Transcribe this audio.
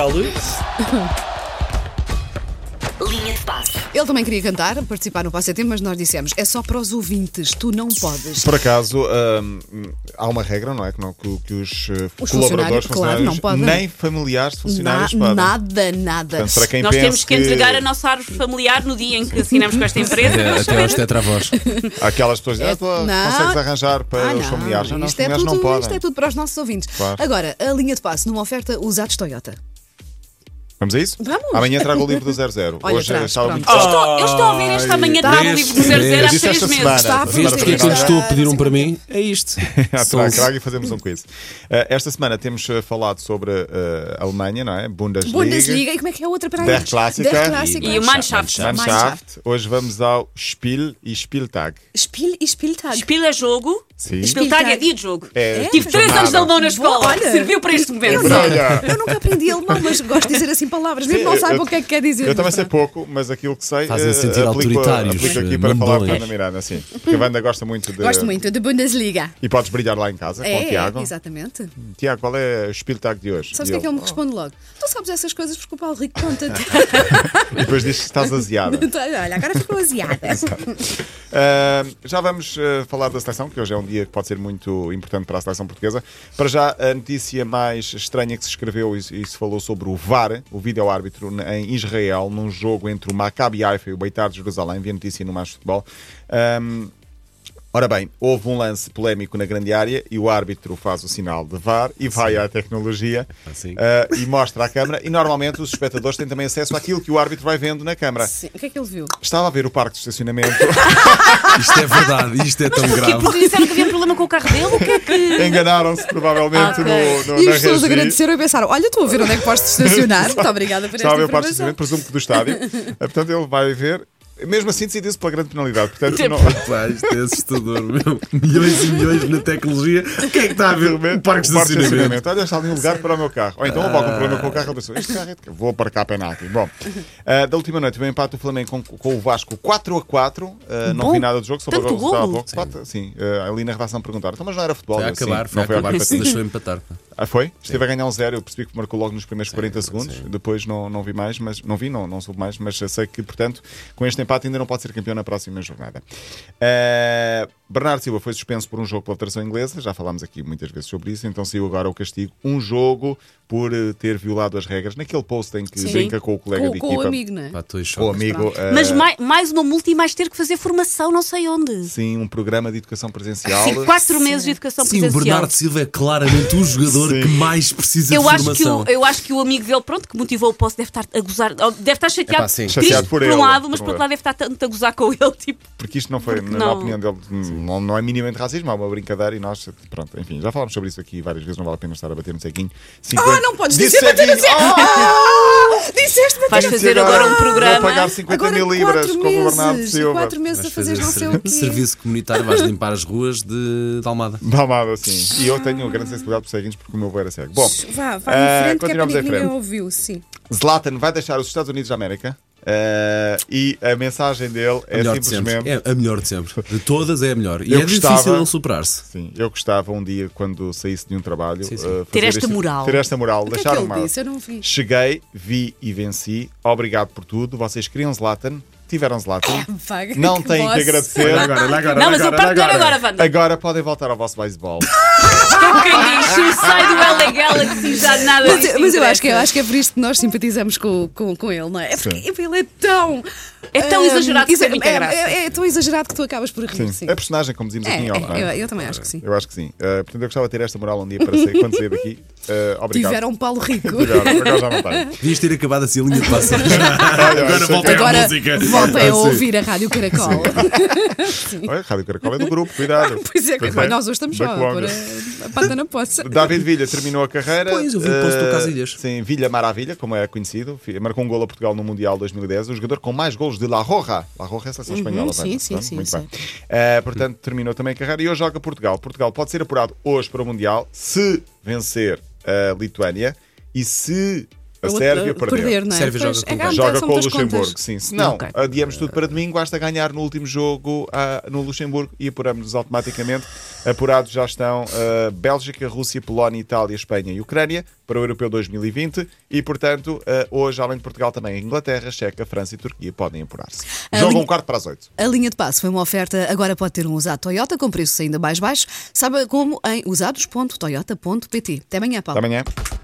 Kelly. Linha de passe. Ele também queria cantar, participar no passatempo, mas nós dissemos: é só para os ouvintes, tu não podes. Por acaso, hum, há uma regra, não é? Que, não, que, que os, eh, Os funcionários, colaboradores, claro, não podem. nem familiares de funcionários Na- podem. nada, nada. Portanto, para quem Nós pensa temos que entregar a nossa árvore familiar no dia em que assinamos com esta empresa. É, até aos tetravós. Aquelas pessoas dizem, É- ah, pá, não. consegues arranjar para Ah, os não, familiares. Não, os isto, é familiares tudo, não isto podem. é tudo para os nossos ouvintes. Claro. Agora, a linha de passo numa oferta usados Toyota. Vamos a isso? Vamos. Amanhã trago o livro do 00. Olha, Hoje traz, estava pronto. muito Eu estou, eu estou a ouvir esta manhã de Ai, um livro do deste- 00 há deste- três meses. esta semana. Está a Viste porque é que eu estou a pedir um para mim? É isto. é Sou- Trago, trago e fazemos um quiz. Eh, esta semana temos eh, falado sobre eh, a Alemanha, não é? Bundesliga. Bundesliga e como é que é a outra para aí? Der Klassiker. Der Klassiker. E o Mannschaft. Mannschaft. Hoje vamos ao Spiel e Spieltag. Spiel e Spieltag. Spiel é jogo. Sim. Spieltag é dia de jogo. É, Tive três jornada. anos de alemão na escola. olha. Serviu para este É momento. Olha! Eu nunca aprendi alemão, mas gosto de dizer assim palavras, mesmo não Eu- saiba eu- o que é que quer dizer. Eu também mas sei pronto. pouco, mas aquilo que sei. Fazem eh, sentir aplico- autoritários, Aplico eh, aqui para falar com a mandões. Ana Miranda, sim. Porque a Wanda gosta muito de. Gosto muito de Bundesliga. E podes brilhar lá em casa com o É, Tiago. exatamente. Tiago, qual é o Spieltag de hoje? Sabes o E que é que ele me responde logo? Tu sabes essas coisas porque o Paulo Rico conta-te. E depois diz que estás aziada. Olha, agora ficou aziada. Ah, já vamos ah, falar da seleção, que hoje é um dia que pode ser muito importante para a seleção portuguesa. Para já, a notícia mais estranha que se escreveu e, se- e se falou sobre o VAR, o vídeo-árbitro em Israel, num jogo entre o Maccabi Haifa e o Beitar de Jerusalém, vi a notícia no Mais Futebol. Ahm, Ora bem, houve um lance polémico na grande área e o árbitro faz o sinal de VAR e vai à tecnologia Assim. ah, e mostra à câmara. E normalmente os espectadores têm também acesso àquilo que o árbitro vai vendo na câmara. Sim, o que é que ele viu? Estava a ver o parque de estacionamento. Isto é verdade, isto é tão Porque, grave. porque disseram que havia um problema com o carro dele? O que é que. Enganaram-se provavelmente Ok. no, no, E na as pessoas regi. agradeceram e pensaram: Olha, estou a ver onde é que podes estacionar. Muito obrigada por esta Estava a ver o parque de informação. estacionamento, presumo que do estádio. Eh, Portanto, ele vai ver. Mesmo assim, decidiu-se pela grande penalidade. Portanto, não, Pá, isto é assustador, meu. Milhões e milhões na tecnologia. O que é que está a ver? Um parque de estacionamento. Olha, está ali um lugar para o meu carro. Ou então houve algum problema com o carro. Ele pensou, este carro é de quê? Vou aparcar a pena aqui. Bom, eh, da última noite, o empate do Flamengo com, com o Vasco 4 a 4. eh, não Bom, vi nada do jogo, só para ver o tanto resultado. há golo. pouco. Quatro- Sim, eh, ali na redação perguntaram. Então, mas não era futebol. Foi a Eu, sim, acabar, foi a não foi acabar, acabar. que se deixou empatar. pá. Ah, foi? Estive a ganhar um zero, eu percebi que marcou logo nos primeiros 40 segundos, depois não, não vi mais, mas não vi, não, não soube mais, mas eu sei que, portanto, com este empate ainda não pode ser campeão na próxima jornada. Ah, Bernardo Silva foi suspenso por um jogo pela alteração inglesa, já falámos aqui muitas vezes sobre isso, então saiu agora o castigo, um jogo por eh, ter violado as regras, naquele post em que Sim. brinca com o colega Com, de com o equipa. amigo, não é? Pá, estou em Com o choque. amigo, ah, Mas mais, mais uma multa e mais ter que fazer formação, não sei onde. sim, um programa de educação presencial. Sim, quatro meses de educação Sim, o presencial. Bernardo Silva é claramente o jogador Sim. que mais precisa Eu de acho, que formação. o, eu acho que o amigo dele, pronto, que motivou o posto, deve estar a gozar, ou deve estar chateado, Epá, sim. triste Chateado por por, ele, um lado, mas por por outro ele. lado deve estar tanto a gozar com ele, tipo, Porque isto não foi, na, não. na opinião dele, não, não é minimamente racismo, é uma brincadeira e nós, pronto, enfim, já falámos sobre isso aqui várias vezes, não vale a pena estar a bater no ceguinho. Ah, não podes dizer bater no ceguinho! Ah, Disseste bater Vais no fazer ceguinho. agora um programa. Vou pagar 50 Agora mil libras quatro como o Bernardo meses, Silva. Quatro meses a Vais fazer não sei ser- o quê. Serviço comunitário, vais limpar as ruas de, de Almada. Mamado assim. E eu tenho grande sensibilidade por ceguinhos porque o meu avô era cego. Bom, Vá, vá Ah, em frente, que é para continuamos em ninguém frente. ouviu, sim. é Zlatan vai deixar os Estados Unidos da América eh, e a mensagem dele A é melhor de sempre. simplesmente. É a melhor de sempre. De todas é a melhor. E Eu é difícil gostava- ele superar-se. Sim, eu gostava um dia, quando saísse de um trabalho, Sim, sim. eh, Ter fazer esta este- moral. Ter esta moral, O que é que deixar ele uma. disse? Eu não vi. Cheguei, vi e venci. Obrigado por tudo. Vocês queriam Zlatan, tiveram Zlatan. Vaga, Não É, que têm que voz. agradecer. agora, não, mas eu parto agora, agora, Wanda. Agora podem voltar ao vosso beisebol. Quem diz, se sai do LA Galaxy, já nada Mas, disto mas eu, interessa. acho que, eu acho que é por isto que nós simpatizamos com, com, com ele, não é? É porque Sim. ele é tão. É tão ah, exagerado que tem muita é, graça. é- é tão exagerado que tu acabas por rir, sim. É personagem, como dizíamos É, aqui em off, não é, eu, é? eu também acho que sim. Eu acho que sim. Eh, portanto, eu gostava de ter esta moral um dia para sair, quando sair daqui. Eh, obrigado. Tiveram um Paulo Rico. Tiveram, agora já não tenho. Devias ter acabado assim a linha de passos. Olha, Agora isso é- voltem à Agora música. voltem Ah, a sim. ouvir a Rádio Caracol. Olha, Rádio Caracol é do grupo, cuidado. Pois é, que nós hoje estamos só da a Colômbia. pôr a, a pata na poça. É David Villa terminou a carreira. Pois, eu vi o post do Eh, Casillas. Sim, Villa Maravilha, como é conhecido. Fi- Marcou um gol a Portugal no Mundial 2010. O jogador com mais golos de La Roja. La Roja é a seleção espanhola. Uhum, sim, Wanda, sim, portanto, sim, Muito sim. bem. Eh, portanto, terminou também a carreira e hoje joga Portugal. Portugal pode ser apurado hoje para o Mundial se vencer a Lituânia e se a A Sérvia perdeu. Perder, não é? Sérvia Pois, joga com é, quem? há Joga mudança, com o muitas Luxemburgo, contas. sim. Se não, Ok. adiamos tudo para domingo, basta ganhar no último jogo ah, no Luxemburgo e apuramos-nos automaticamente. Apurados já estão ah, Bélgica, Rússia, Polónia, Itália, Espanha e Ucrânia para o Europeu 2020 e, portanto, ah, hoje, além de Portugal, também Inglaterra, Checa, França e Turquia podem apurar-se. A Jogo linha- um quarto para as oito. A linha de passo foi uma oferta, agora pode ter um usado Toyota com preços ainda mais baixos. Sabe como em usados.toyota.pt. Até amanhã, Paulo. Até amanhã.